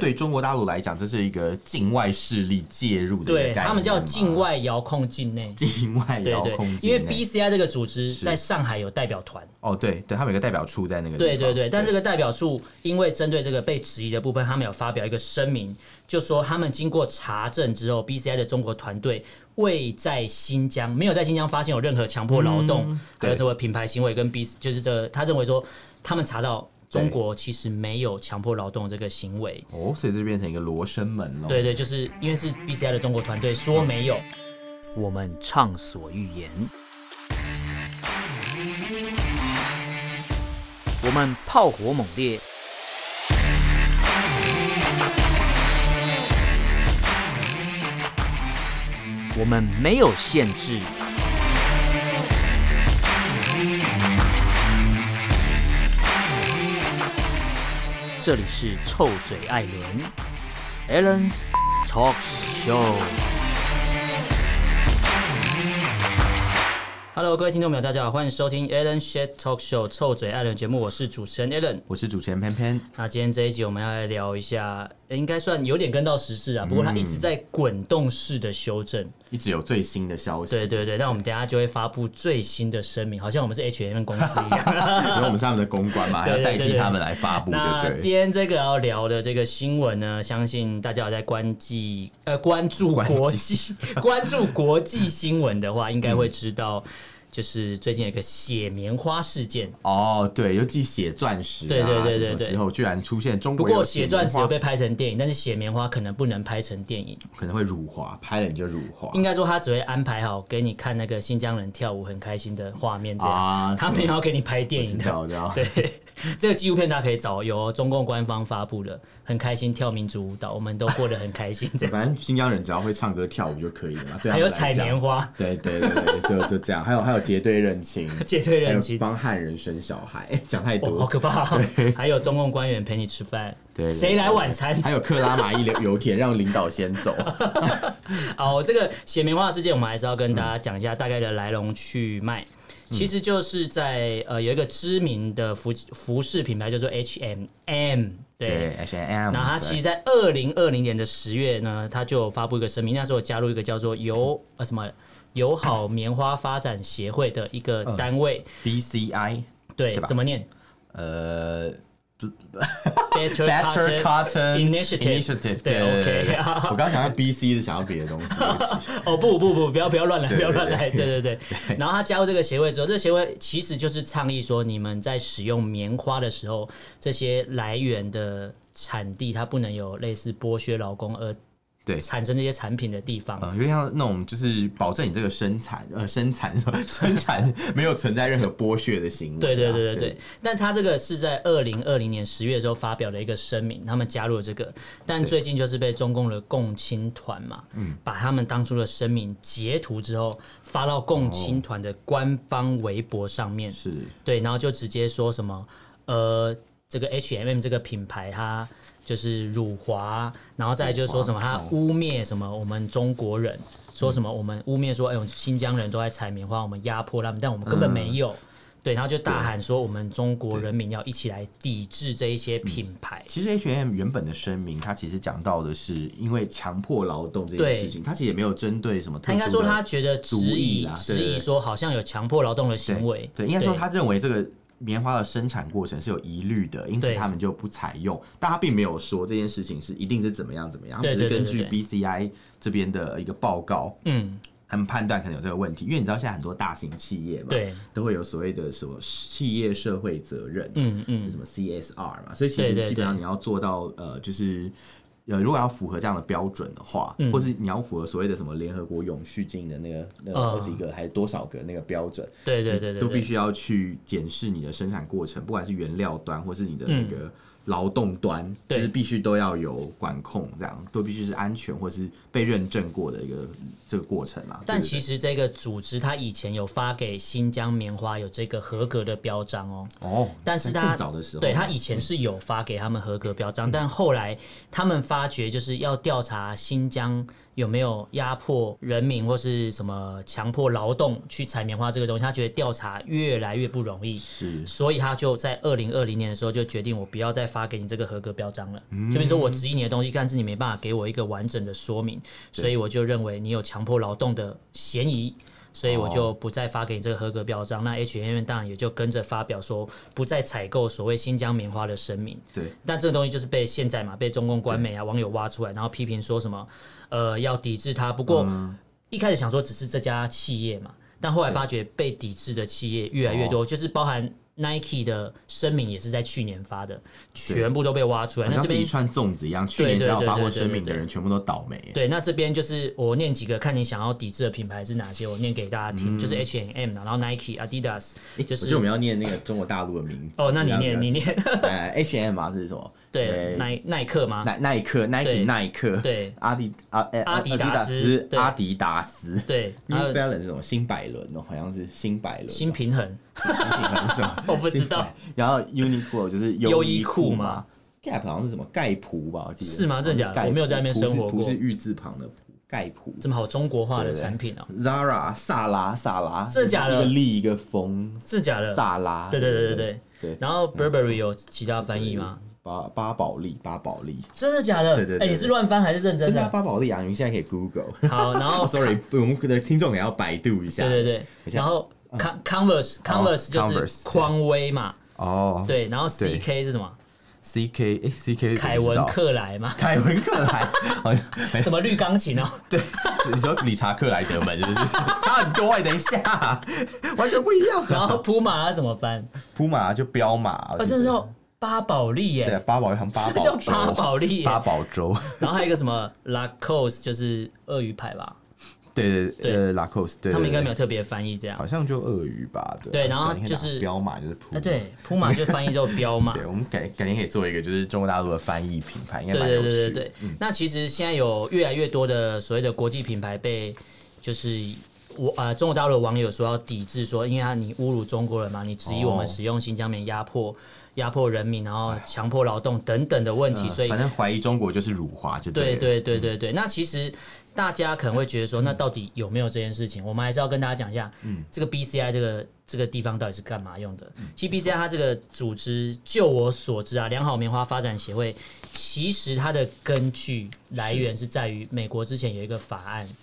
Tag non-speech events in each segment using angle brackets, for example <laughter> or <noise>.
对中国大陆来讲，这是一个境外势力介入的一个概对念嘛，他们叫境外遥控境内， <laughs> 境外对遥对控境内，，因为 BCI 这个组织在上海有代表团，哦对对，他们有个代表处在那个地对方对对，但这个代表处因为针对这个被质疑的部分，他们有发表一个声明，就说他们经过查证之后，BCI 的中国团队未在新疆没有在新疆发现有任何强迫劳动，还嗯对有什么品牌行为跟 B 就是这个他认为说他们查到中国其实没有强迫劳动这个行为，哦，所以这就变成一个罗生门了。对对，就是因为是 BCI 的中国团队说没有，嗯我们畅所欲言，我们炮火猛烈，我们没有限制。这里是臭嘴艾伦 a l l e n s Talk Show。Hello，各位听众朋友，大家好，欢迎收听 Alan Shed Talk Show 臭嘴艾伦节目，我是主持人 Alan。我是主持人偏偏，那今天这一集我们要来聊一下，呃应该算有点跟到时事啊，不过它一直在滚动式的修正。一直有最新的消息，对对对，但我们等一下就会发布最新的声明，好像我们是 H&M 公司一 <laughs> 样。因为我们是他们的公关嘛，还要对对代对替对他们来发布，那对不对？今天这个要聊的这个新闻呢，相信大家有在关际呃关注关国际 <laughs> 关注国际新闻的话，应该会知道，就是最近有一个血棉花事件。哦，对，尤其写钻石、啊，对对对对什么对之后居然出现中不国过有血写钻石棉有被拍成电影，但是血棉花可能不能拍成电影。花可能会辱华，拍了你就辱华，应该说他只会安排好给你看那个新疆人跳舞很开心的画面这样，啊 <laughs> 他没有要给你拍电影知的。道知道， <laughs> 对，这个纪录片大家可以找，由中共官方发布的，很开心跳民族舞蹈，我们都过得很开心这样。反正新疆人只要会唱歌跳舞就可以了嘛，对他还们有来采讲棉花，对对对对，就就这样，还有还有结对认亲，借推人还有情，帮汉人生小孩，讲太哦，好多。可怕、 <laughs> 还有中共官员陪你吃饭，对对对谁来晚餐？ <laughs> 还有克拉玛依油油田让领导先走，哦，这个写棉花的事件，我们还是要跟嗯大家讲一下大概的来龙去脉。其实就是在呃有一个知名的服服饰品牌叫做 H M M，对。 ，H M，那它其实，在二零二零年的十月呢，它就有发布一个声明，那时候有加入一个叫做友呃什么友好棉花发展协会的一个单位， B C I，对，嗯对吧怎 <laughs> 么念呃？Better ，Better Cotton Cotton Initiative， Initiative，对对 OK <laughs> 对我刚刚想到 B C 是想要别的东西，对不起哦不不不，不要不要乱来，对不要对乱来，对对对对。 <laughs> 然后他加入这个协会之后，这个协会其实就是倡议说，你们在使用棉花的时候，这些来源的产地它不能有类似剥削劳工而对。产生这些产品的地方。呃，因为像那种就是保证你这个生产呃生产 <laughs> 生产没有存在任何剥削的行为啊，对对对对对，但他这个是在二零二零年十月的时候发表的一个声明，他们加入了这个，但最近就是被中共的共青团嘛，把他们当初的声明截图之后发到共青团的官方微博上面，是对，然后就直接说什么，呃，这个 H&M 这个品牌它就是辱华，然后再来就是说什么它嗯污蔑什么我们中国人，说什么我们污蔑说，哎、我们新疆人都在采棉花，我们压迫他们，但我们根本嗯没有。对，然后就大喊说，我们中国人民要一起来抵制这一些嗯品牌。其实 H&M 原本的声明，它其实讲到的是因为强迫劳动这件事情，它其实也没有针对什么特他殊应的。该说，他觉得质族裔疑啦对质对对疑说，好像有强迫劳动的行为。对，应该说他认为这个棉花的生产过程是有疑虑的，因此对他们就不采用。但他并没有说这件事情是一定是怎么样怎么样，他对们只是对对根据对 BCI 这边的一个报告，嗯，他们判断可能有这个问题，因为你知道现在很多大型企业嘛，对，都会有所谓的什么企业社会责任，啊嗯嗯就什么 CSR 嘛，所以其对实对基本对上你要做到呃，就是。呃，如果要符合这样的标准的话，嗯或是你要符合所谓的什么联合国永续经营的那个那个嗯二十一个还是多少个那个标准，对对对对对，都必须要去检视你的生产过程，不管是原料端或是你的那个劳动端，嗯对就是必须都要有管控，这样都必须是安全或是被认证过的一个这个过程啦。但对其实这个组织它以前有发给新疆棉花有这个合格的标章哦，哦，但是在它更早的时候，对它以前是有发给他们合格标章，但后来他们发觉就是要调查新疆有没有压迫人民或是什么强迫劳动去采棉花这个东西，他觉得调查越来越不容易，是所以他就在二零二零年的时候就决定，我不要再发给你这个合格标章了。就比如说我质疑你的东西，但是你没办法给我一个完整的说明，所以我就认为你有强迫劳动的嫌疑。所以我就不再发给你这个合格标章，那 H&M 当然也就跟着发表说不再采购所谓新疆棉花的声明。对，但这个东西就是被现在嘛，被中共官媒啊网友挖出来，然后批评说什么呃要抵制它。不过、嗯一开始想说只是这家企业嘛，但后来发觉被抵制的企业越来越多，就是包含 Nike 的声明也是在去年发的，全部都被挖出来。好那像这是一边串粽子一样，去对年只对要对发对过对声对明的对人全部都倒霉。对，那这边就是我念几个，看你想要抵制的品牌是哪些，我念给大家听，就是 H and M 啊然后 Nike、Adidas，嗯诶就是我觉得我们要念那个中国大陆的名字。哦，那你这样念子你念， <laughs> 呃，H&M 嘛是什么？ <laughs> 对，呃耐耐克吗？耐耐克、Nike、对耐克，对阿迪阿呃阿迪达达斯斯、对阿迪达斯。对， New 然后 Balance 什么新百伦哦，好像是新百伦吧，新平衡，新品牌是什么？ <laughs> 我不知道新百。然后 Uniqlo 就是优衣衣库嘛嘛，Gap 好像是什么盖普吧，我记得是吗真的假的盖普我没有在那边生活普过是普是玉字旁的普，盖普。这么好中国化的对对产品哦、 Zara 萨拉萨拉，真的假的一个利一个风，是假的？萨拉。对对对对对。对嗯对。然后 Burberry 有其他翻译吗？巴巴宝莉，巴宝莉，真的假的？对对对哎、你是乱翻还是认真真的啊的？巴宝莉啊！你们现在可以 Google。 <laughs> 好，然后、哦，sorry，不我们的听众也要百度一下。对对对，一下然后 Con Converse Converse 嗯就哦 Converse，是匡威嘛，哦，对，然后对 CK 是什么？ C K 哎 C K，凯文克莱嘛凯文克莱，好像没什么绿钢琴哦、 <laughs> 对，你说理查克莱德门是 <laughs> 不是差很多哎、等一下， <laughs> 完全不一样、然啊。后普马怎么翻？普马就彪马，啊，这叫巴宝莉耶、对啊，八宝像八宝 <laughs> 这叫粥，八宝莉耶八宝粥，然后还有一个什么 Lacoste 就是鳄鱼牌吧，对对对呃，Lacoste，对，他们应该没有，有特别翻译这样好。像就鳄鱼吧，对啊对然后你看就是打彪马就是普，啊，对，普马就翻译叫彪马 <laughs> 对，，我们改改天可以做一个就是中国大陆的翻译品牌，应该对蛮有趣对的。对嗯对对。那其实现在有越来越多的所谓的国际品牌被就是。我呃，中国大陆的网友说要抵制说，因为他你侮辱中国人嘛，你质疑我哦们使用新疆棉压迫压迫人民，然后强迫劳动等等的问题，嗯所以反正怀疑中国就是辱华，就对了嗯对对对对，那其实大家可能会觉得说，那到底有没有这件事情？我们还是要跟大家讲一下，嗯这个 BCI 这个这个地方到底是干嘛用的？其实 BCI 它这个组织，就我所知啊，良好棉花发展协会，其实它的根据来源是在于美国之前有一个法案，哦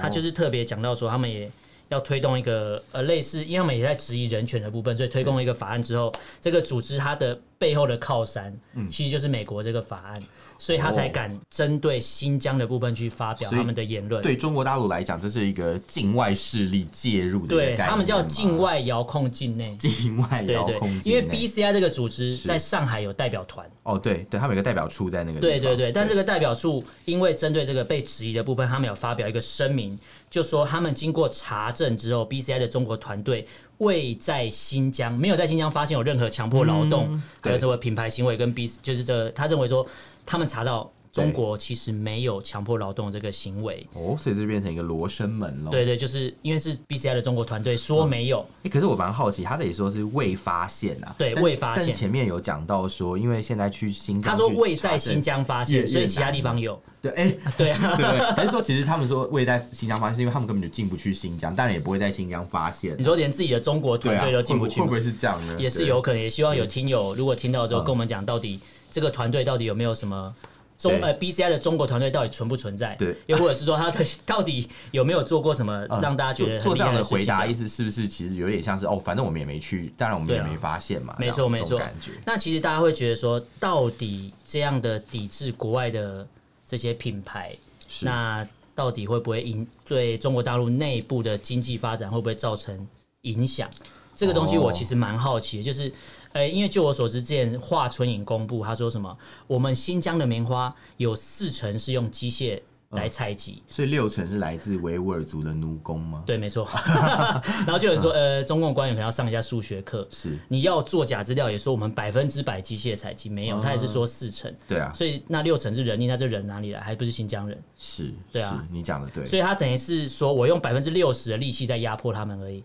它就是特别讲到说，他们也。要推动一个呃类似，因为他们也在质疑人权的部分，所以推动了一个法案之后，这个组织它的背后的靠山，其实就是美国这个法案，所以他嗯才哦敢针对新疆的部分去发表所以他们的言论。对中国大陆来讲，这是一个境外势力介入的一个概对念嘛，他们叫境外遥控境 <laughs> 内。境外对遥对控，因为境内 BCI 这个组织在上海有代表团，哦，对对，他们有个代表处在那个地对对方对，但这个代表处因为针对这个被质疑的部分，他们有发表一个声明，就说他们经过查证之后，BCI 的中国团队未在新疆没有在新疆发现有任何强迫劳动，还有嗯对什么品牌行为跟 B 就是这个他认为说他们查到中国其实没有强迫劳动这个行为，哦，所以这变成一个罗生门喽。对对，就是因为是 BCI 的中国哦团队说没有，诶，可是我蛮好奇，他这里说是未发现啊，对但未发现但前面有讲到说，因为现在去新疆，他说未在新疆，疆发越现，所越以其他南地方有，对，哎、对啊。 <laughs> 对，还是说其实他们说未在新疆发现，是因为他们根本就进不去新疆，当然也不会在新疆发现你。说连自己的中国对团啊，队都进不会去会吗不？会是这样呢？也是对有可能，也希望有听友如果听到之嗯后跟我们讲，到底这个团队到底有没有什么中对呃 BCI 的中国团队到底存不存在？对又或者是说他的到底有没有做过什么 <laughs> 嗯让大家觉得做做很厉这样害的事回情？答，意思是不是其实有点像是哦，反正我们也没去，当然我们对也啊没发现嘛，没这错样没这错种感觉。那其实大家会觉得说，到底这样的抵制国外的这些品牌，是那到底会不会影对中国大陆内部的经济发展会不会造成影响？这个东西我其实蛮好奇的，就是，呃，因为就我所知，之前华春莹公布他说什么，我们新疆的棉花有四成是用机械来采集，所以六成是来自维吾尔族的奴工吗？对，没错。 <laughs> 然后就有人说，呃，中共官员可能要上一下数学课。是你要做假资料，也说我们百分之百机械采集没有，他也是说四成，对啊，所以那六成是人力，那这人哪里来？还不是新疆人？是，对啊是，你讲的对。所以他等于是说我用百分之六十的力气在压迫他们而已。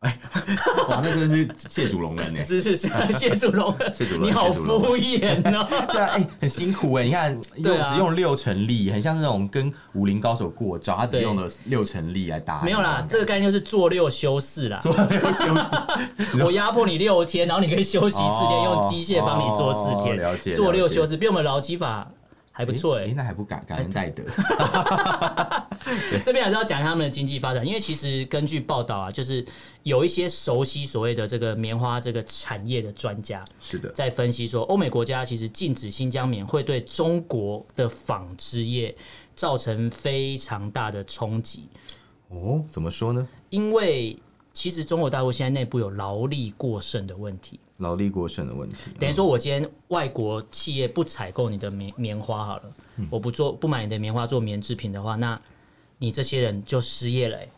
哎，哇，那真的是谢主隆人 <laughs> 呢。是是 <laughs> 是，谢主隆恩，谢主隆恩你好谢主隆恩敷衍 <laughs> 哦。对啊，哎、很辛苦哎、你看对用啊只用六成力，很像那种跟武林高手过招，他只对用了六成力来打。没有啦，，这个概念就是做六休四啦。做没有休息我压迫你六天，然后你可以休息四天，哦用机械帮你做四天，哦了解做六了解休四，比我们劳基法还不错哎、哎哎、那还不感感恩戴德，欸这边还是要讲他们的经济发展，因为其实根据报道啊，就是有一些熟悉所谓的这个棉花这个产业的专家是的，在分析说，欧美国家其实禁止新疆棉会对中国的纺织业造成非常大的冲击，哦，怎么说呢？因为其实中国大陆现在内部有劳力过剩的问题。劳力过剩的问题，等于说，我今天外国企业不采购你的棉棉花好了，嗯我不做不买你的棉花做棉制品的话，那你这些人就失业了、欸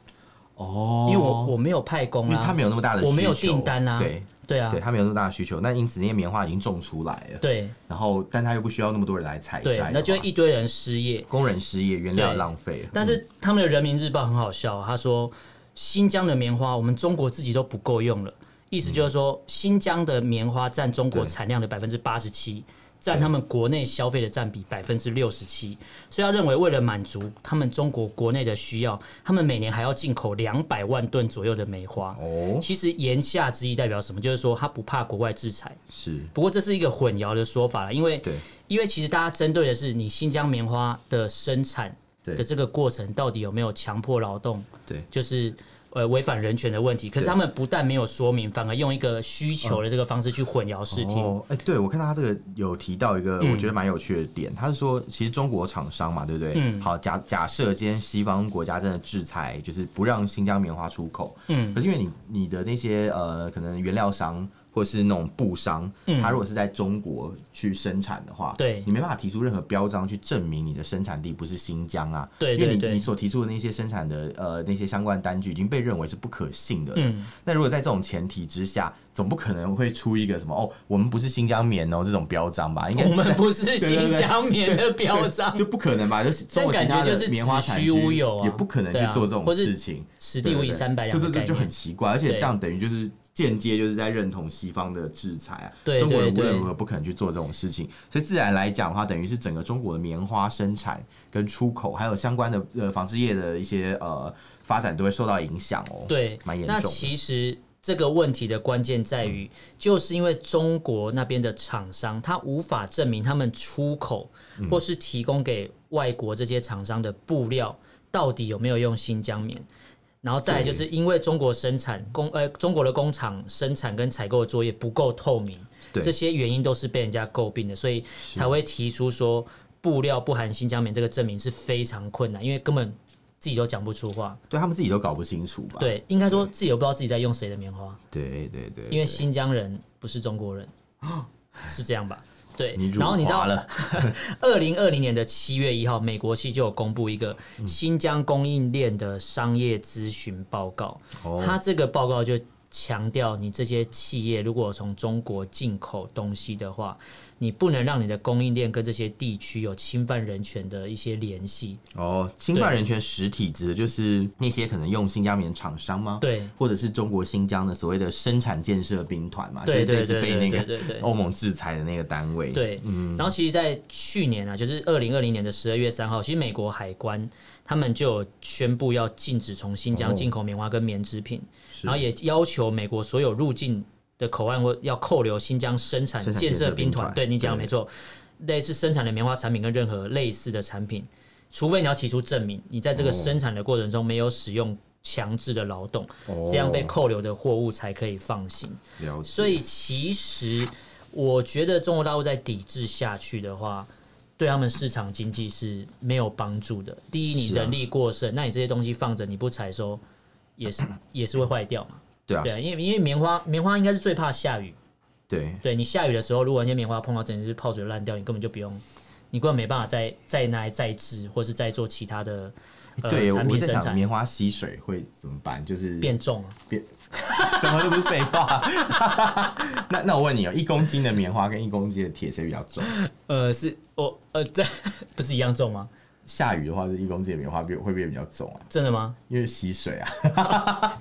哦，因为我我没有派工因啊，为他没有那么大的需求，我没有订单啊，对对啊对，，他没有那么大的需求，那因此那些棉花已经种出来了，对然后但他又不需要那么多人来采摘对的话，，那就一堆人失业。工人失业，原料对浪费了，但是他们的《人民日报》很好笑啊，他说新疆的棉花我们中国自己都不够用了，意思就是说新疆的棉花占中国对产量的百分之八十七。占他们国内消费的占比百分之六十七，所以他认为为了满足他们中国国内的需要，他们每年还要进口两百万吨左右的梅花。哦，其实言下之意代表什么？就是说他不怕国外制裁，是，不过这是一个混淆的说法了，因为对因为其实大家针对的是你新疆棉花的生产对的这个过程到底有没有强迫劳动，对，就是呃违反人权的问题。可是对他们不但没有说明，反而用一个需求的这个嗯方式去混淆视听。哦，哎、对，我看到他这个有提到一个我觉得蛮有趣的点，他是说其实中国厂商嘛，对不对？嗯好，假假设今天西方国家真的制裁，就是不让新疆棉花出口，嗯可是因为你你的那些呃，可能原料商。或是那种布商，他如果是在中国去生产的话，嗯对你没办法提出任何标章去证明你的生产地不是新疆啊，对因为对你对你所提出的那些生产的呃那些相关单据已经被认为是不可信的了，嗯，那如果在这种前提之下，总不可能会出一个什么哦，我们不是新疆棉哦这种标章吧？应该我们不是新疆棉的标章对，就不可能吧？就是中国其他这感觉就是的棉花产子区虚乌有啊也不可能去对啊做这种或是事情，此地无银三百两对的对对哎概这就就很念。奇怪，而且对这样等于就是。间接就是在认同西方的制裁啊，对中国人对无论对如何不可能去做这种事情，所以自然来讲的话，等于是整个中国的棉花生产跟出口，还有相关的呃纺织业的一些呃发展都会受到影响哦。，对，蛮严那重的嗯其实这个问题的关键在于，就是因为中国那边的厂商，他无法证明他们出口嗯或是提供给外国这些厂商的布料到底有没有用新疆棉。然后再来就是因为中国生产工呃中国的工厂生产跟采购的作业不够透明，对这些原因都是被人家诟病的，所以才会提出说布料不含新疆棉这个证明是非常困难，因为根本自己都讲不出话。对他们自己都搞不清楚吧？对，应该说自己也不知道自己在用谁的棉花，对对对，因对为哦新疆人不是中国人，是这样吧？对你，辱然后你知道华，了， <laughs> 二零二零年的七月一号，美国系就有公布一个嗯新疆供应链的商业咨询报告，哦它这个报告就强调，你这些企业如果从中国进口东西的话，你不能让你的供应链跟这些地区有侵犯人权的一些联系。哦，侵犯人权实体指的就是那些可能用新疆棉厂商吗？，对，或者是中国新疆的所谓的生产建设兵团嘛？对啊就是对这对次被对那对个对对。欧盟制裁的那个单位。，对，嗯然后其实，在去年啊，就是二零二零年的十二月三号，其实美国海关他们就有宣布要禁止从新哦疆进口棉花跟棉制品，然后也要求美国所有入境的口岸或要扣留新疆生产生产建建设设兵兵团，团对你讲的对没错，类似生产的棉花产品跟任何类似的产品，除非你要提出证明你在这个哦生产的过程中没有使用强制的劳动，哦这样被扣留的货物才可以放行。了解。所以其实我觉得中国大陆在抵制下去的话，对他们市场经济是没有帮助的。第一，你是啊人力过剩，那你这些东西放着你不采收，也是也是会坏掉嘛。对啊，对啊，因为因为棉花棉花应该是最怕下雨，对对你下雨的时候，如果那些棉花碰到整只泡水烂掉，你根本就不用，你根本没办法再再拿来再制，或是再做其他的呃对，产我品在生想产。棉花吸水会怎么办？就是变重啊，变 <laughs> 什么都不是废话。 <laughs> 那那我问你哦，一公斤的棉花跟一公斤的铁谁比较重？呃，是我呃，这 <laughs> 不是一样重吗？下雨的话，是一公斤的棉花比会变比较重啊， <laughs> 真的吗？因为吸水啊。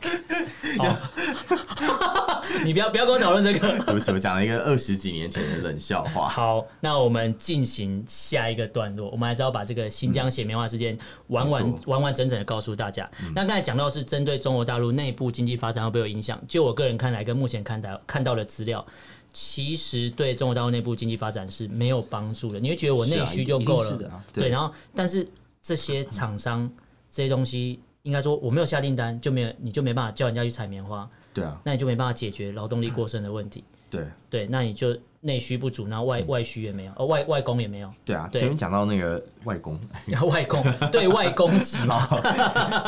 哦，你不要不要跟我讨论这个。对不起，我讲了一个二十几年前的冷笑话。好，那我们进行下一个段落，我们还是要把这个新疆写棉花事件完完、没错嗯完完整整的告诉大家。那刚才讲到是针对中国大陆内部经济发展会不会有影响？就我个人看来，跟目前看到看到的资料，其实对中国大陆内部经济发展是没有帮助的。你会觉得我内需就够是啊一了，定是的啊对对。然后，但是这些厂商这些东西，应该说我没有下订单，就没有你就没办法叫人家去采棉花，对啊，那你就没办法解决劳动力过剩的问题。对对，那你就内需不足，然后嗯外、外需也没有，呃，外外公也没有， <laughs> 对啊，对前面讲到那个外公， <laughs> 然后外公对外供给嘛，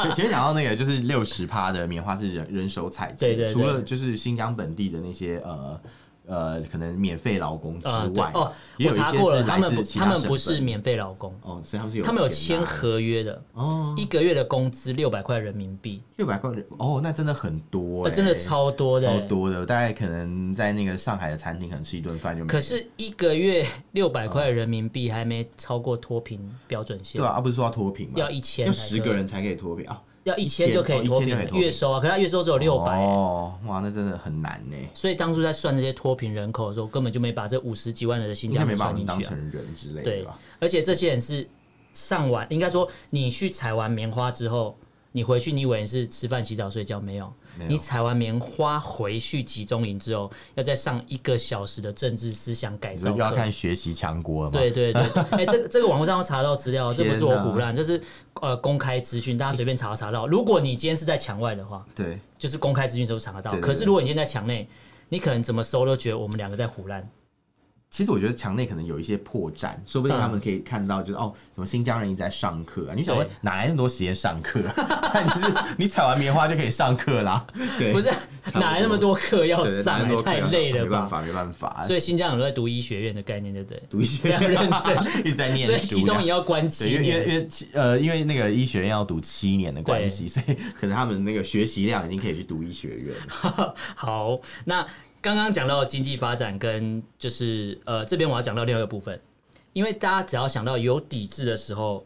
前前面讲到那个就是六十趴的棉花是人人手采集，对对对除了就是新疆本地的那些呃呃可能免费劳工之呃，对外，哦，也有我一查些过是了，他来们自不其他们不是省份免费劳工，哦，所以他们是有他们有啊钱签拿合约的，哦，一个月的工资六百块人民币，六百块人哦，那真的很多、呃，欸，真的超多的、超。多的，大概可能在那个上海的餐厅，可能吃一顿饭就没了。可是一个月六百块人民币还没超过脱贫标准线，对啊，啊不是说要脱贫吗？要1000要才可以十个人才可以脱贫啊，要一千就可哦1000以脱就贫可以了，脱贫月收啊，可是他月收只有欸六百、哦，哇，那真的很难欸呢、所以当初在算这些脱贫人口的时候，根本就没把这五十几万人的新应该疆没人把我算们进当去啊。成人之类的对吧？，而且这些人是上完，应该说你去采完棉花之后，你回去，你以为你是吃饭、洗澡、睡觉，没有，没有你采完棉花回去集中营之后，要再上一个小时的政治思想改你说造又要课。看学习强国了嘛？对对 <laughs> 对，这哎、这个这个网络上有查到资料，这不是我天哪胡乱，这是呃公开资 <laughs> 讯，大家随便查都查到。如果你今天是在墙外的话，对就是公开资讯都查得到。对对可是对如果你今天在墙内，你可能怎么搜都觉得我们两个在胡乱。其实我觉得墙内可能有一些破绽，说不定他们可以看到，就是、哦，什么新疆人一直在上课啊？你想问嗯对哪来那么多时间上课、啊？ <laughs> 但就是你采完棉花就可以上课啦，对，不是哎多哪来那么多课要对上、哪来那么多欸？太课啊累了没吧办？法，没办法，所以新疆人都在读医学院的概念，对不对？读一些非常认真 <laughs> 一直在念所以书集这中样也要关对，七因为因为因年。为其呃，因为那个医学院要读七年的关系，所以可能他们那个学习量已经可以去读医学院了。好，那刚刚讲到经济发展跟就是呃这边我要讲到另外一个部分，因为大家只要想到有抵制的时候，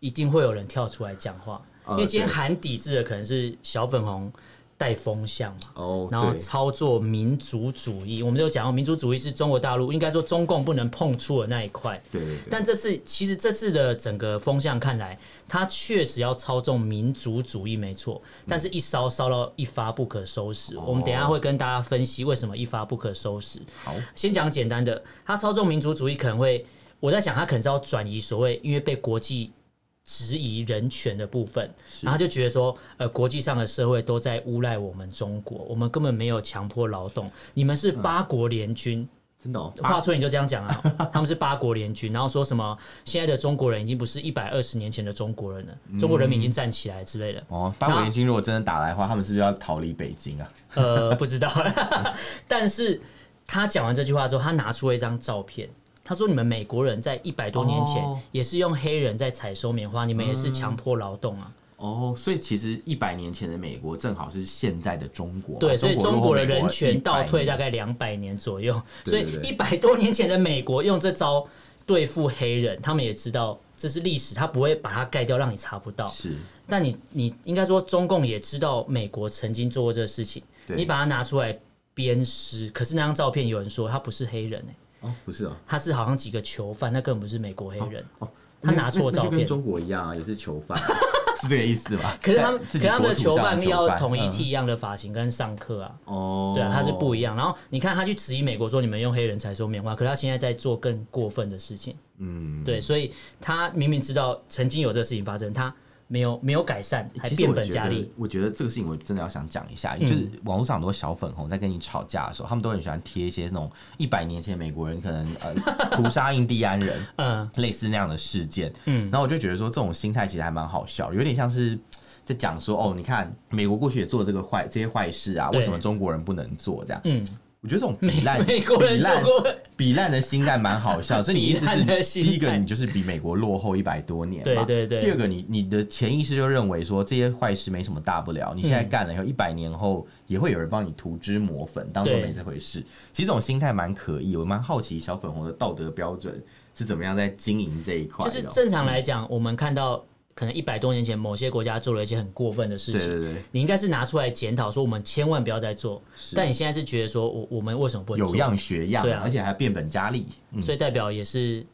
一定会有人跳出来讲话，呃因为今天对喊抵制的可能是小粉红带风向嘛。哦然后操作民族主义，我们就讲到民族主义是中国大陆应该说中共不能碰触的那一块。对对对，但这次其实这次的整个风向看来，它确实要操纵民族主义，没错。但是一烧烧到一发不可收拾，嗯我们等一下会跟大家分析为什么一发不可收拾。好，先讲简单的，它操纵民族主义可能会，我在想它可能是要转移所谓因为被国际。质疑人权的部分，然后他就觉得说，呃，国际上的社会都在诬赖我们中国，我们根本没有强迫劳动，你嗯们是八国联军，真的哦，华春莹就这样讲啊，他们是八国联军，然后说什么现在的中国人已经不是一百二十年前的中国人了，中国人民已经站起来之类的。哦，八国联军如果真的打来的话，他们是不是要逃离北京啊？呃，不知道， <laughs> 但是他讲完这句话之后，他拿出了一张照片。他说：“你们美国人在一百多年前哦也是用黑人在采收棉花，你们也是强迫劳动啊。哦，所以其实一百年前的美国正好是现在的中国嘛，对，所以中国的人权倒退大概概两百年左右，所对以对一对百多年前的美国用这招对付黑人，他们也知道这是历史，他不会把它盖掉，让你查不到。是但你你应该说，中共也知道美国曾经做过这个事情，对你把它拿出来鞭尸。可是那张照片有人说他不是黑人、欸，哦，不是哦。他是好像几个囚犯，那根本不是美国黑人。哦，他拿错那那照就跟片中国一样啊，也是囚犯， <laughs> 是这个意思吧？可是他们，在可自是己他们国的土囚上的犯囚要统一嗯剃一样的发型跟上课啊，哦，对啊，他是不一样。然后你看他去质疑美国说你们用黑人才说棉花，可是他现在在做更过分的事情，嗯，对，所以他明明知道曾经有这个事情发生，他没有没有改善，还其实变我本觉加得，厉。嗯我觉得这个事情我真的要想讲一下，就是网络上很多小粉红在跟你吵架的时候，他们都很喜欢贴一些那种一百年前美国人可能呃屠杀印第安人， <laughs> 嗯，类似那样的事件。嗯，然后我就觉得说这种心态其实还蛮好笑的，有点像是。在讲说哦，你看美国过去也做这个坏这些坏事啊，对为什么中国人不能做这样？嗯，我觉得这种比烂 <laughs> 美国人比烂做过。比烂的心态蛮好笑，所以你意思比烂的是心第一个态你就是比美国落后一百多年嘛，对对对第二个你你的潜意识就认为说这些坏事没什么大不了，你现在嗯干了以后一百年后也会有人帮你涂脂抹粉，当做对没这回嗯事。其实这种心态蛮可疑，我蛮好奇小粉红的道德标准是怎么样在经营这一块哦就的。是正常来讲，我们看到可能一百多年前某些国家做了一些很过分的事对情，对对，你应该是拿出来检讨，说我们千万不要再做。但你现在是觉得说我我们为什么不能有做？样学样对啊，而且还变本加厉。嗯，所以代表也是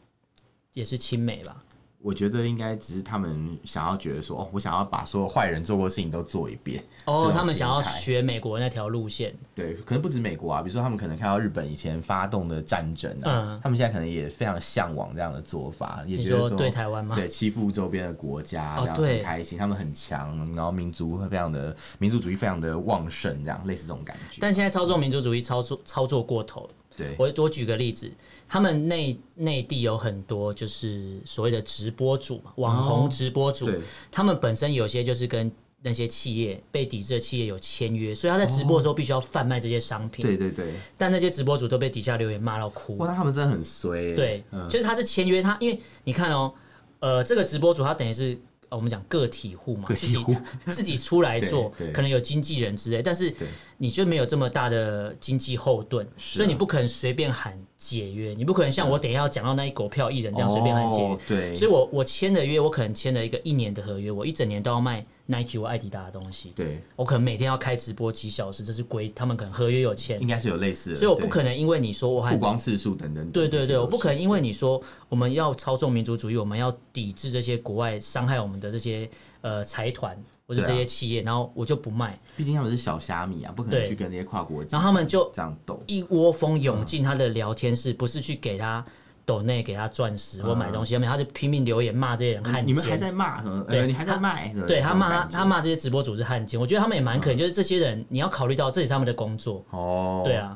也是亲美吧？我觉得应该只是他们想要觉得说，哦，我想要把所有坏人做过的事情都做一遍。这哦，种他们想要心态学美国那条路线，对，可能不止美国啊，比如说他们可能看到日本以前发动的战争啊，嗯他们现在可能也非常向往这样的做法，也你觉得说说对台湾吗？对欺负周边的国家，哦这样对很开心，他们很强，然后民族会非常的民族主义非常的旺盛，这样类似这种感觉。但现在操纵民族主义操作操作过头了。对，我我举个例子，他们内内地有很多就是所谓的直播主嘛，网哦红直播主，对他们本身有些就是跟那些企业被抵制的企业有签约，所以他在直播的时候必须要贩卖这些商品。对对对，但那些直播主都被底下留言骂到哭。哇，那他们真的很衰、欸。对，嗯，就是他是签约他，因为你看哦，呃，这个直播主他等于是。呃我们讲个体户嘛，个自体己户自己出来做对对，可能有经纪人之类，但是对你就没有这么大的经济后盾，是啊啊所以你不可能随便喊解约，你不可能像我等一下要讲到那一狗票艺人这样随便喊解约哦。、对，所以我我签的约，我可能签了一个一年的合约，我一整年都要卖 Nike 或艾迪达的东西，对，我可能每天要开直播几小时，这是规，他们可能合约有签，应该是有类似的，所以我不嗯对可能因为你说我喊曝光次数等等等对这对些对，都我不是可能因为你说我们要操纵民族主义，我们要抵制这些国外伤害我们的这些呃财团或者对啊这些企业，然后我就不卖，毕竟他们是小虾米啊，不可能对去跟那些跨国际然后他们就这样斗。一窝蜂涌嗯进他的聊天室，不是去给他抖内给他钻石或买东西，他们他就拼命留言骂这些人汉奸。嗯你们还在骂什么？对呃你还在他卖什么？对这他种骂他感觉嗯他骂这些直播主是汉奸，我觉得他们也蛮可怜，就是这些人你要考虑到这也是他们的工作，哦，对，啊，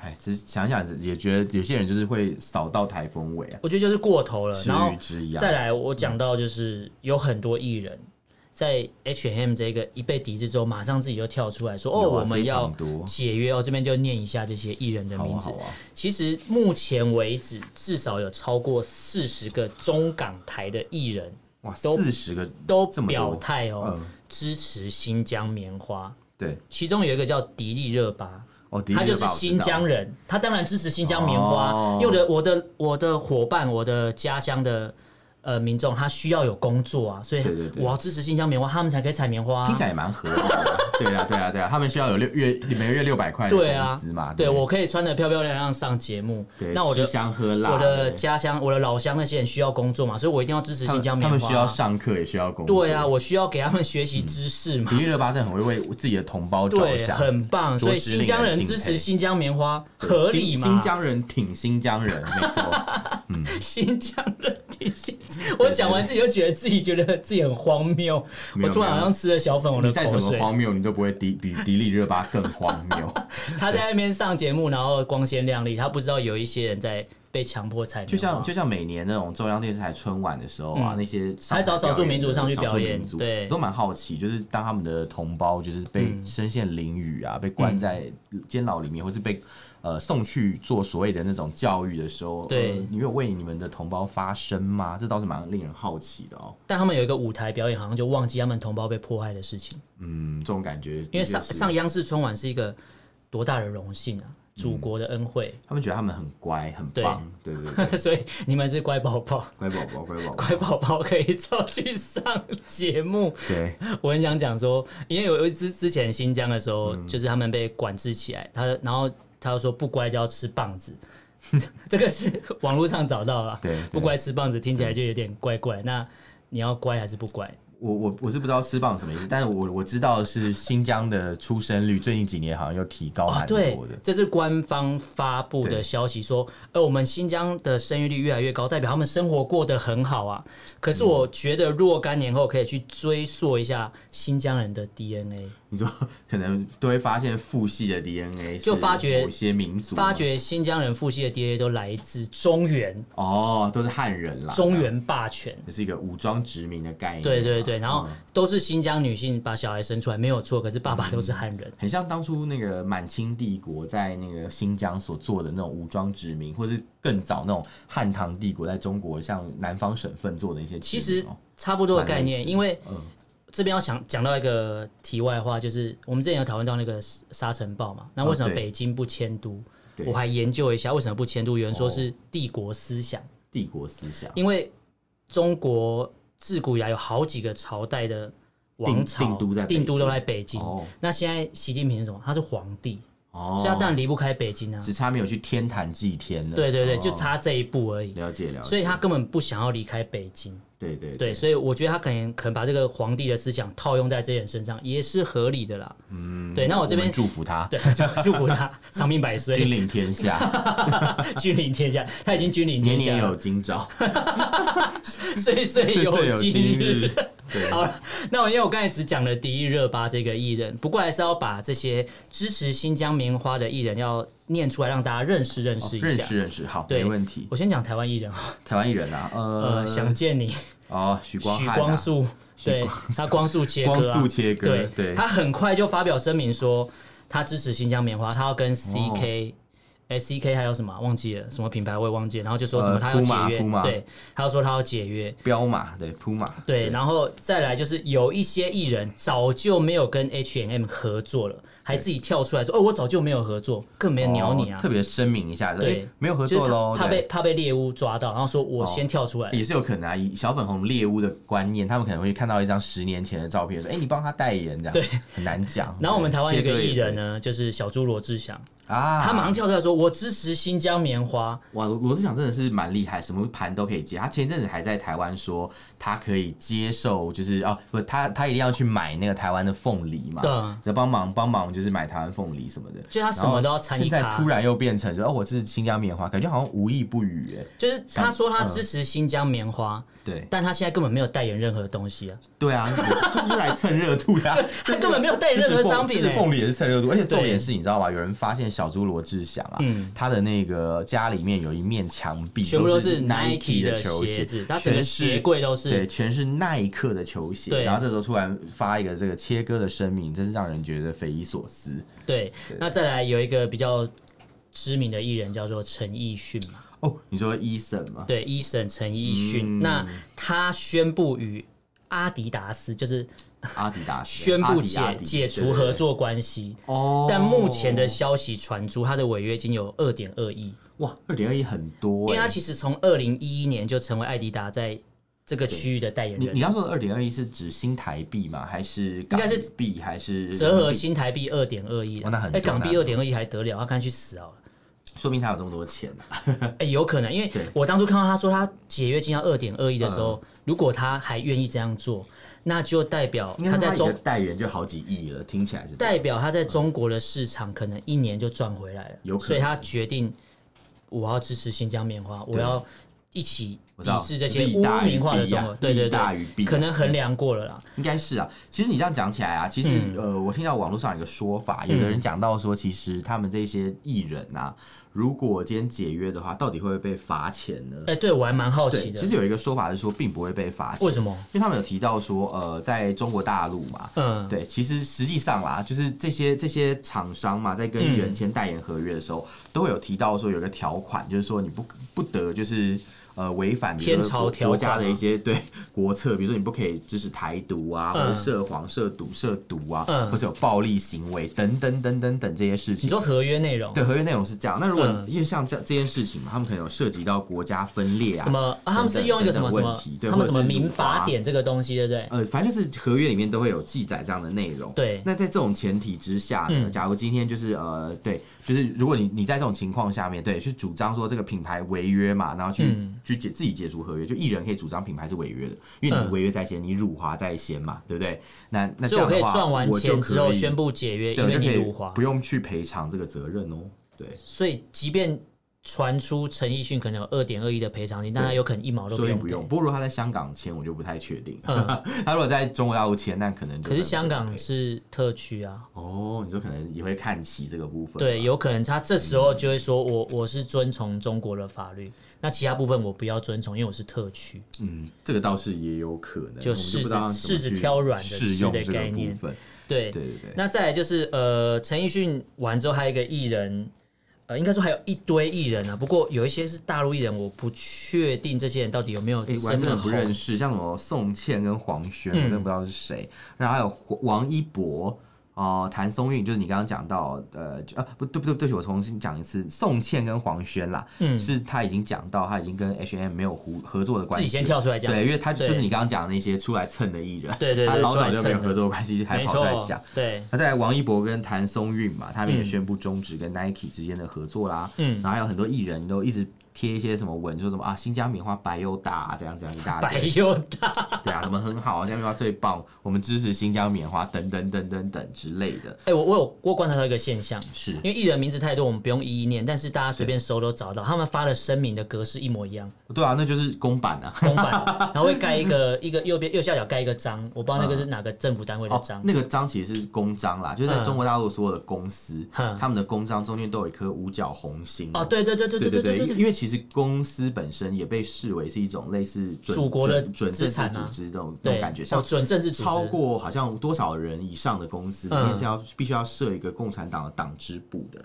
哎，只是想想也觉得有些人就是会扫到台风尾啊，我觉得就是过头了，吃然后鱼之殃。再来，我讲到就是有很多艺人在 H&M 这个一被抵制之后，马上自己就跳出来说：“哦，有啊我们非要常多解约哦。”这边就念一下这些艺人的好名啊字好。啊，其实目前为止，至少有超过四十个中港台的艺人哇，都四十个都这么多表态哦嗯，支持新疆棉花。对其中有一个叫迪丽热巴，哦，的他确就是吧新疆，人，他当然支持新疆棉花。哦因为我的我的我的伙伴，我的家乡的呃民众，他需要有工作啊，所以对对对我要支持新疆棉花，他们才可以采棉花、我知道听起来也蛮合理的。对啊，对啊，对啊，他们需要有六月每个月六百块的对啊工资嘛？对不我可以穿的漂漂亮亮上节目对，，那我吃的香喝辣，我的对家乡、我的老乡那些人需要工作嘛，所以我一定要支持他新们疆他棉花、们啊需要上课，也需要工作。对啊，，我需要给他们学习知识嘛。迪丽热巴真的很会为自己的同胞着对，想，很棒，着所以实新令疆人人敬支持佩新疆棉花对合新理吗？新疆人挺新疆人，没 <laughs> 错，新疆人听新疆，我讲完自己就觉得自己觉得自己很荒谬。没有我突然好像吃了小粉红你的再怎口么水。荒谬，你都不会迪比迪丽热巴更荒谬。他在那边上节目，然后光鲜亮丽，他不知道有一些人在被强迫采棉花。就像就像每年那种中央电视台春晚的时候啊，嗯那些上还找少数民族上去少数表演民族对嗯都蛮好奇，就是当他们的同胞就是被身陷囹圄啊，被关在监牢里面，或是被呃送去做所谓的那种教育的时候，对呃你有为你们的同胞发声吗？这倒是蛮令人好奇的哦。但他们有一个舞台表演，好像就忘记他们同胞被迫害的事情。嗯，这种感觉的确是，因为上上央视春晚是一个多大的荣幸嗯啊，祖国的恩惠。 <laughs> 他们觉得他们很乖，很棒，对对对，所以你们是乖宝宝，乖宝宝，乖 <laughs> 宝宝，乖宝宝可以照去上节目。对， <laughs> 我很想讲说，因为有一之之前新疆的时候，嗯就是他们被管制起来，他然后他就说不乖就要吃棒子， <laughs> 这个是网络上找到了，对对嗯不乖吃棒子听起来就有点怪怪。那你要乖还是不乖？我我我是不知道吃棒什么意思，但是我我知道的是新疆的出生率最近几年好像又提高蛮哦对多的，，这是官方发布的对消息说，呃，我们新疆的生育率越来越高，代表他们生活过得很好啊。可是嗯我觉得若干年后可以去追溯一下新疆人的 DNA。你说可能都会发现父系的 DNA 就是发觉某些民族发觉新疆人父系的 DNA 都来自中原，哦，都是汉人啦，中原霸权。这是一个武装殖民的概念，对对对，然后嗯都是新疆女性把小孩生出来没有错，可是爸爸都是汉人。很像当初那个满清帝国在那个新疆所做的那种武装殖民，或是更早那种汉唐帝国在中国像南方省份做的一些殖其民哦，实差不多的概蛮类念，似因为嗯这边要想讲到一个题外话，就是我们之前有讨论到那个沙沙尘暴嘛，那为什哦么对北京不迁都？对我还研究一下为什么不迁都，有人说哦是帝国思想，帝国思想因为中国自古以来有好几个朝代的王定定朝都在北定都都京在北京。哦那现在习近平是什么？他是皇帝，哦，所以他当然离不开北京啊。只差没有去天坛祭天了。对对对，哦就差这一步而已。了解了解。所以他根本不想要离开北京。对对对，所以我觉得他可能可能把这个皇帝的思想套用在这些人身上，也是合理 <laughs> 的啦。嗯，对。那我这边们祝福他，对祝福他长命百 <laughs> 君岁，临天下，君临天下。他已经君临年天下年有 <laughs> 了，今朝，岁岁岁岁有今今日。 <laughs> 对，好了， <laughs> 那我因为我刚才只讲了迪丽热巴这个艺人，不过还是要把这些支持新疆棉花的艺人要念出来，让大家认识认识一哦认下。识认识，好，对没问题。我先讲台湾艺人啊，台湾艺人啊，呃，呃，想见你，哦，许光许汉啊光素，许对光他光速切割、啊，光速切割对，对他很快就发表声明说，他支持新疆棉花，他要跟哦 CK。哎，CK 还有什么啊忘记了？什么品牌我也忘记了。然后就说什么呃他要解约， Puma，Puma 对，他要说他要解约，彪马，对，扑马，对，然后再来就是有一些艺人早就没有跟 H M 合作了，还自己跳出来说：“哦，我早就没有合作，更没有鸟你啊哦。特别声明一下，对对，没有合就是作喽，怕怕对被怕被猎巫抓到，然后说我先跳出来。也是有可能啊，以小粉红猎巫的观念，他们可能会看到一张十年前的照片，说：“哎、你帮他代言这样。”对，很难讲。然后我们台湾有一切个割也艺人呢，就是小猪罗志祥，对啊，他马上跳出来说：“我支持新疆棉花。哇，罗罗志祥真的是蛮厉害，什么盘都可以接。他前一阵子还在台湾说，他可以接受，就是哦，不，他他一定要去买那个台湾的凤梨嘛，对啊就帮忙帮忙，就是买台湾凤梨什么的。就他什么都要参与现在咖突然又变成说，哦，我是新疆棉花，感觉好像无意不语哎。”就是他说他支持新疆棉花，对但他现在根本没有代言任何东西啊，对啊，这就是来蹭热度 <laughs> 的、啊。他根本没有 <laughs> 代言任何商品其实欸。凤梨也是蹭热度，而且重点是，你知道吗？有人发现小猪罗志祥啊，嗯他的那个家里面有一面墙壁全部都是是 Nike 的的球鞋子，他整个全是鞋柜都是。对，全是耐克的球鞋。对然后这时候突然发一个这个切割的声明，真是让人觉得匪夷所思。对，那再来有一个比较知名的艺人叫做陈奕迅嘛，哦，你说 Eason 吗？对，一审陈奕迅，嗯那他宣布与阿迪达斯就是阿迪达斯宣布解阿迪阿迪解对除对对合作关系。哦。但目前的消息传出，他的违约金有二点二亿，哇，二点二亿很多、因欸，为他其实从二零一一年就成为艾迪达在这个区域的代言你你人，刚说的二点二亿是指新台币吗？还是港应该是币？还是人折合民币？新台币二点二亿哇那很，多哎，港币那二点二亿还得了？他看去死好了。说明他有这么多钱啊！哎、有可能，因为对嗯我当初看到他说他解约金要二点二亿的时候，如果他还愿意这样做，那就代表应该说他在他中的代言就好几亿了，听起来是这样代表他在中国的市场可能一年就赚回来了，有可能所以他决定我要支持新疆棉花，我要一起我知抵道制这些利污大于名化的弊中啊国，对对利大于弊对，啊可能衡量过了啦，应该是啊。其实你这样讲起来啊，其实、呃，我听到网络上有个说法，有的人讲到说，其实他们这些艺人啊，如果今天解约的话，到底会不会被罚钱呢？哎、对我还蛮好对，奇的，其实有一个说法是说，并不会被罚钱。为什么？因为他们有提到说，呃，在中国大陆嘛，嗯，对，其实实际上啦，就是这些这些厂商嘛，在跟艺嗯人签代言合约的时候，都会有提到说有一个条款，就是说你不不得就是。呃，违反比如天朝说国条国款家的吗一些对国策，比如说你不可以支持台独啊，或者嗯涉黄、涉毒、涉毒啊，嗯或者有暴力行为等等等等等这些事你情。说合约内容，对合约内容是这样，那如果你嗯因为像这这件事情嘛，他们可能有涉及到国家分裂啊，什么、啊？他们是等等用一个什么等什等么问题，对他或们者什么是民辱华法典这个东西，对不对？呃，反正就是合约里面都会有记载这样的内容。对那在这种前提之下呢，嗯假如今天就是呃，对，就是如果你你在这种情况下面，对，去主张说这个品牌违约嘛，然后去、嗯去解自己解除合约，就艺人可以主张品牌是违约的，因为你嗯违约在先，你辱华在先嘛，对不对？那那这所以样我可以的话，赚完我就钱之后可以宣布解约，对，因我为就你可以辱华不。用去赔偿这个责任哦。对，所以即便传出陈奕迅可能有二点二亿的赔偿金，但他有可能一毛都所以用不用。赔。不过如果他在香港签，我就不太确定。嗯 <laughs> 他如果在中国大陆签，那可能就可是真的香不用港赔是特区啊，哦，你说可能也会看齐这个部分嘛。对，有可能他这时候就会说我我是遵从中国的法律，那其他部分我不要遵从，因为我是特区。嗯，这个倒是也有可能，就我们不知道柿怎么去子柿子挑软的适用吃的这个概部念分。对，对对对，那再来就是呃，陈奕迅完之后还有一个艺人。呃，应该说还有一堆艺人啊，不过有一些是大陆艺人，我不确定这些人到底有没有哎、我还真真的的不红。认识，像什么宋茜跟黄轩，我嗯真的不知道是谁。然后还有黄王一博，哦，谭松韵就是你刚刚讲到，呃，就呃，不对不对，对不起，我重新讲一次，宋茜跟黄轩啦，嗯是他已经讲到他已经跟 H M 没有合合作的关自系，己先跳出来讲，对，因为他对就是你刚刚讲的那些出来蹭的艺人，对对对他老早就没有出来蹭的合作关系，还没跑出来错讲。，对，那再来，王一博跟谭松韵嘛，他们也嗯宣布终止跟 Nike 之间的合作啦。嗯然后还有很多艺人都一直贴一些什么文，说什么啊，新疆棉花白又大、啊，这样这样一大 <laughs> 白堆，又大，对啊，什么很好啊，新疆棉花最棒，我们支持新疆棉花，等等等等等之类的。哎，我我有我观察到一个现象。是因为艺人名字太多，我们不用一一念，但是大家随便搜都找到，他们发的声明的格式一模一样，对啊，那就是公版啊。公版，然后会盖一个一个右边右下角盖一个章，我不知道那个是哪个政府单位的哦章，，那个章其实是公章啦，就是在嗯中国大陆所有的公司，哼他们的公章中间都有一颗五角红啊星。哦，对对对对对对对对对，对因，因为其实公司本身也被视为是一种类似准祖国的准准资政产治啊组织那种那对种感觉，哦像准政治组织超过好像多少人以上的公司里嗯面是要必须要设一个共产党的党支部的。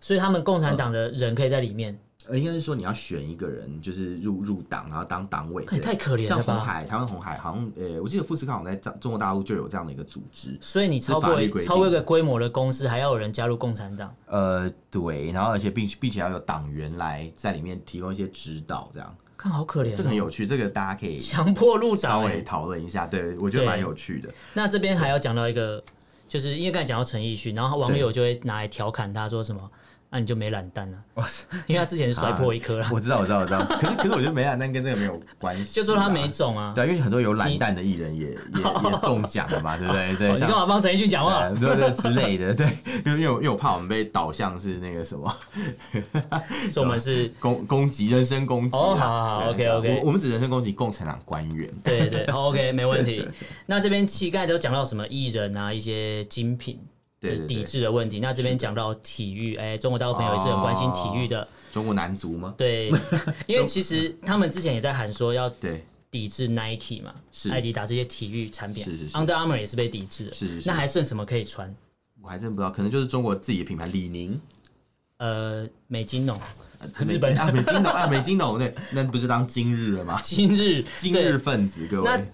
所以他们共嗯产党的人可以在里面，呃，应该是说你要选一个人，就是入入党，然后当党委之也类的。哎太可怜像了红吧？海，台湾红海好像，呃，我记得富士康好像在中中国大陆就有这样的一个组织。所以你超是过法律规定超过一个规模的公司，还要有人加入共产党，呃，对，然后而且并并且要有党员来在里面提供一些指导，这样看好可怜、哦这个很，有趣，这个大家可以强迫入稍党、微欸。讨论一下，对我觉得蛮对有趣的。那这边还要讲到一个，就是因为刚才讲到陈奕迅，然后网友就会拿来调侃他说什么。那、你就没懒蛋了、啊因为他之前是摔破一颗 <laughs> 了，我知道，我知道，我知道。可是可是我觉得梅兰丹跟这个没有关系啦，就说他没种啊。对，因为很多有懒蛋的艺人也也也中奖了 <laughs> 嘛，对不对？对，哦你干像。嘛帮陈奕迅讲话呃？对对之类的，对，因为因为我因为我怕我们被导向是那个什么所以我们是，攻攻击人身攻击啊。哦好好好对 OK，OK 我我们只人身攻击共产党官员。对对好，OK，没问题。那这边乞丐都讲到什么艺人啊，一些精品，就对是对抵对，制的问题。那这边讲到体育，哎，中国大陆朋友也是很关心体育的，中国男足吗？ <laughs> 对，因为其实他们之前也在喊说要对，抵制 Nike 嘛，是艾迪达这些体育产品是是是，Under Armour 也是被抵制的，是是是那还剩什么可以穿？我还真不知道，可能就是中国自己的品牌李宁、呃，美津浓、呃日本啊美金董啊美金董对，那不是当今日了吗？ <laughs> 今日、今日对。分子各那位，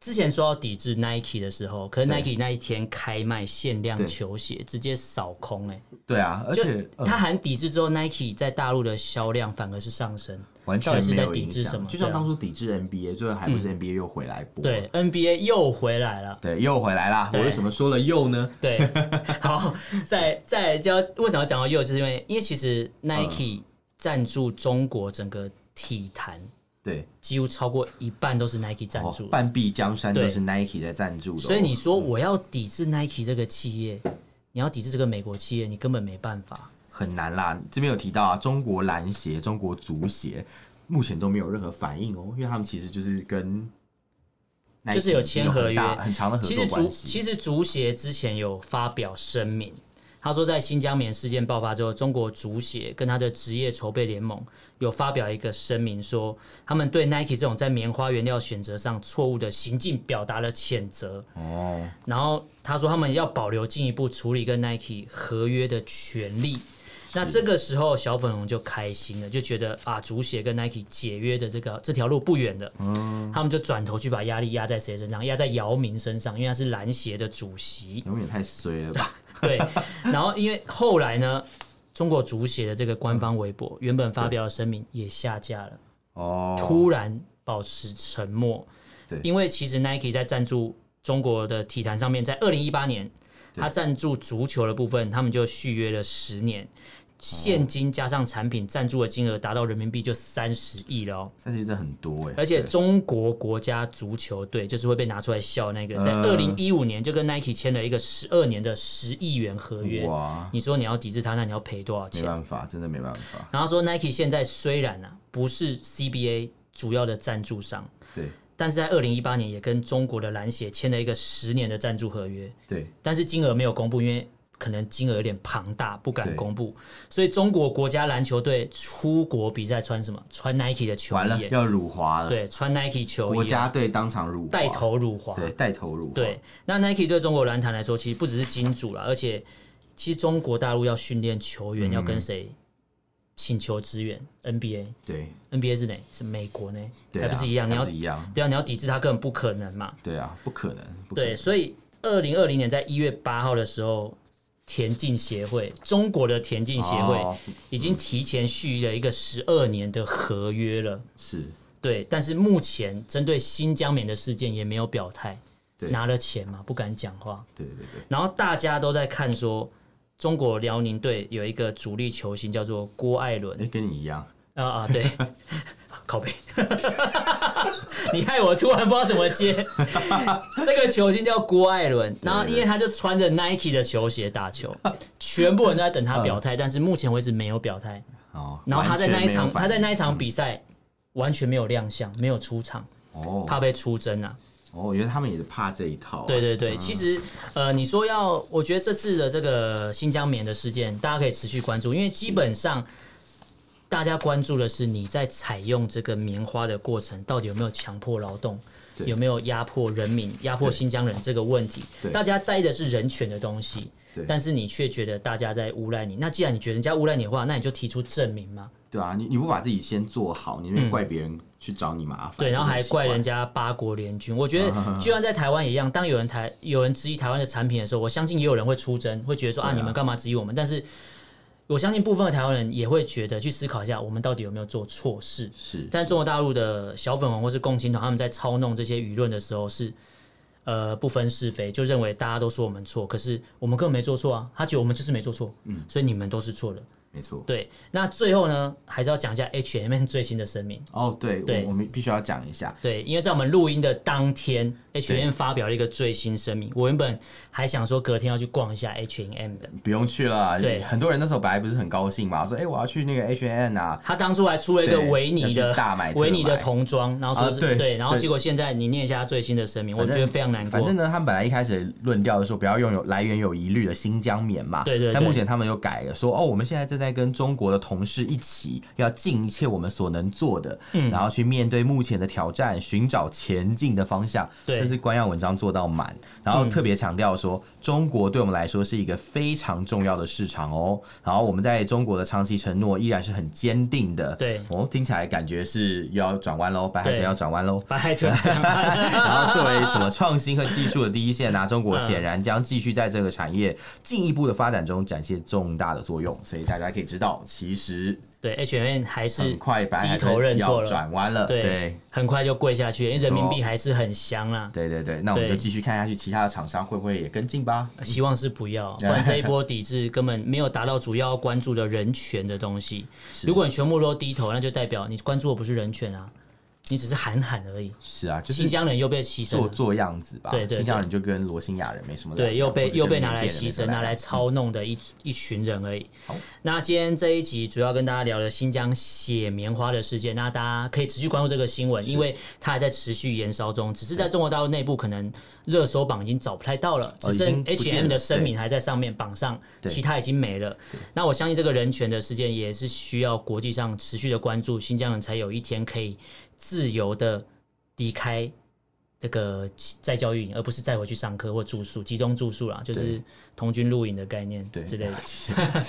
之前说要抵制 Nike 的时候，可是对 Nike 那一天开卖限量对球鞋，直接扫空哎、对啊，而就且呃他喊抵制之后，Nike 在大陆的销量反而是上升。完到全底是没在有抵影制什响，么就像对啊嗯当初抵制 NBA，最后还不是 NBA 又回来播，对，NBA 又回来了。对，又回来啦。我对为什么说了又呢？ <laughs> 对，好，再再来就要为什么要讲到又，就是因为因为其实嗯 Nike 赞助中国整个体坛，对，几乎超过一半都是 Nike 赞哦助，的。半壁江山对都是 Nike 在赞助的哦，所以你说我要抵制 Nike 这个企业，你要抵制这个美国企业，你根本没办法。很难啦。这边有提到啊，中国篮协、中国足协目前都没有任何反应哦，因为他们其实就是跟 Nike 就是有签合很约大很长的合其实作足关系。其实足协之前有发表声明，他说在新疆棉事件爆发之后，中国足协跟他的职业筹备联盟有发表一个声明说，他们对 Nike 这种在棉花原料选择上错误的行径表达了谴责。哦，。然后他说他们要保留进一步处理跟 Nike 合约的权利。那这个时候，小粉红就开心了，就觉得啊，足协跟 Nike 解约的这个这条路不远了。他们就转头去把压力压在谁身上？压在姚明身上，因为他是篮协的主席永远太衰了 <laughs> 吧？对，然后因为后来呢，中国足协的这个官方微博原本发表的声明也下架了，哦，突然保持沉默。对因为其实 Nike 在赞助中国的体坛上面，在二零一八年，对它赞助足球的部分，他们就续约了十年，现金加上产品赞助的金额达到人民币就三十亿了哦。但是真的很多哎，而且对中国国家足球队就是会被拿出来笑那个，在嗯二零一五年就跟 Nike 签了一个十二年的十亿元合约。哇，你说你要抵制他，那你要赔多少没钱？办法，真的没办法，然后说 Nike 现在虽然啊不是 CBA 主要的赞助商，对但是在二零一八年也跟中国的篮协签了一个十年的赞助合约，对，但是金额没有公布，因为可能金额有点庞大，不敢对公布。所以中国国家篮球队出国比赛穿什么？穿 Nike 的球完了衣耶，要辱华了，对，穿 Nike 球衣，国家队当场辱华，带头辱华。对带头辱华，对，那 Nike 对中国篮坛来说，其实不只是金主了，而且其实中国大陆要训练球嗯员，要跟谁请求支援？NBA，NBA 对是哪？是美国呢？对还啊，不是一样？你还要不是一样，对啊，你要抵制他根本不可能嘛。对啊，不可能，不可对，能所以二零二零年在一月八号的时候，田径协会中国的田径协会哦已经提前续了一个十二年的合约了。是对，但是目前针对新疆棉的事件也没有表态，对拿了钱嘛，不敢讲话。对对对，然后大家都在看说，中国辽宁队有一个主力球星叫做郭艾伦哎、，跟你一样，啊啊，对， <laughs> 靠背， <laughs> 你害我突然不知道怎么接。 <laughs> 这个球星叫郭艾伦，然后因为他就穿着 Nike 的球鞋 <laughs> 打球，全部人都在等他表态，但是目前为止没有表态。哦，然后他在那一场，嗯完全没有反他应在那一场比赛完全没有亮相，没有出场，哦怕被出征啊。哦，原来他们也是怕这一套、啊，对对对，其实呃，你说要，我觉得这次的这个新疆棉的事件，大家可以持续关注，因为基本上大家关注的是你在采用这个棉花的过程，到底有没有强迫劳动，对有没有压迫人民、压迫新疆人这个问题对。大家在意的是人权的东西对，但是你却觉得大家在诬赖你。那既然你觉得人家诬赖你的话，那你就提出证明嘛。对啊，你你不把自己先做好，你那边怪别人去找你麻烦，嗯对，然后还怪人家，家八国联军。我觉得，就算在台湾也一样，当有人台有人质疑台湾的产品的时候，我相信也有人会出征，会觉得说啊，对啊你们干嘛质疑我们？但是我相信部分的台湾人也会觉得去思考一下，我们到底有没有做错事？是但中国大陆的小粉红或是共青团，他们在操弄这些舆论的时候是。呃，不分是非，就认为大家都说我们错，可是我们根本没做错啊！他觉得我们就是没做错，嗯，所以你们都是错的。没错。对，那最后呢，还是要讲一下 H&M 最新的声明。哦，对，对我我们必须要讲一下，对，因为在我们录音的当天，H&M 发表了一个最新声明。我原本还想说隔天要去逛一下 H&M 的，不用去了。啊对很多人那时候本来不是很高兴嘛，说哎、我要去那个 H N 啊，他当初还出了一个对维尼要的去大买特买维尼的童装，然后说是、啊对然后对结果现在你念一下他最新的声明，我反正觉得非常难反过正。呢，他们本来一开始论调是说不要用有来源有疑虑的新疆棉嘛，对对对但目前他们又改了，说哦，我们现在正在跟中国的同事一起，要尽一切我们所能做的，嗯然后去面对目前的挑战，寻找前进的方向。对嗯这是官样文章做到满，然后特别强调说，中国对我们来说是一个非常重要的市场哦。然后我们在中国的长期承诺依然是很坚定的。对哦，听起来感觉是又要转弯喽，白海豚对要转弯喽。白海豚这样 <laughs> 然后作为什么创新和技术的第一线啊，中国显然将继续在这个产业进一步的发展中展现重大的作用。所以大家可以知道，其实对 H&M 还是很快白 <laughs> 海低头豚认错要了，转弯了。对，很快就跪下去，因为人民币错还是很香啊啦。对对对，那我们就对继续看下去，其他的厂商会不会也跟进吧？希望是不 <laughs> 要，不然这一波抵制根本没有达到主要关注的人权的东西。如果你全部都低头，那就代表你关注的不是人权啊，你只是喊喊而已。是啊，就是新疆人又被牺牲做了，做样子吧。对对对新疆人就跟罗兴亚人没什么两对，样又被或者又跟被拿缅来甸人没牺什么牲，拿两来样操弄的一一群人而已好。那今天这一集主要跟大家聊了新疆血棉花的事件，那大家可以持续关注这个新闻，因为它还在持续延烧中，只是在中国大陆内部可能热搜榜已经找不太到了，哦只已剩经不见 H&M 了的声明还在上面榜上，对其他已经没了。那我相信这个人权的事件也是需要国际上持续的关注，新疆人才有一天可以自由的离开这个再教育营，而不是再回去上课或住宿、集中住宿啦，就是对同军露营的概念对 <laughs> 之类的。的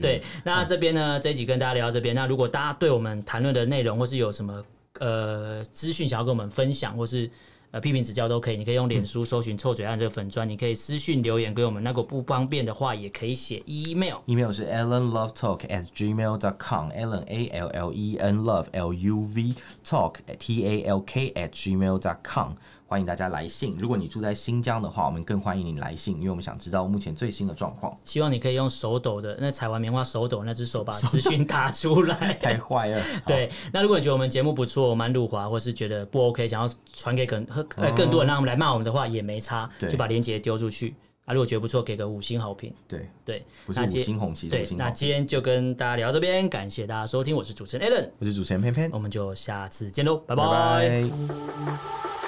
对，那这边呢，这一集跟大家聊到这边。那如果大家对我们谈论的内容或是有什么呃资讯想要跟我们分享，或是呃批评指教都可以，你可以用脸书搜寻“臭嘴案”这个粉砖，你可以私讯留言给我们。那如果不方便的话，也可以写 email。 email 是 allenlovetalk at gmail dot com allen a l l e n love l u v talk t a l k at gmail dot com 欢迎大家来信。如果你住在新疆的话，我们更欢迎你来信，因为我们想知道目前最新的状况。希望你可以用手抖的那采完棉花手抖那只手把资讯打出来。太坏了，对，那如果你觉得我们节目不错，蛮辱华，或是觉得不 OK，想要传给更呃更多人，让他们来骂我们的话，也没差，哦对就把链接丢出去。啊，如果觉得不错，给个五星好评。对，对，不是那五今星红旗，是对五，星那红旗。今天就跟大家聊到这边，感谢大家收听，我是主持人 Alan，我是主持人偏偏，我们就下次见喽，拜拜拜拜。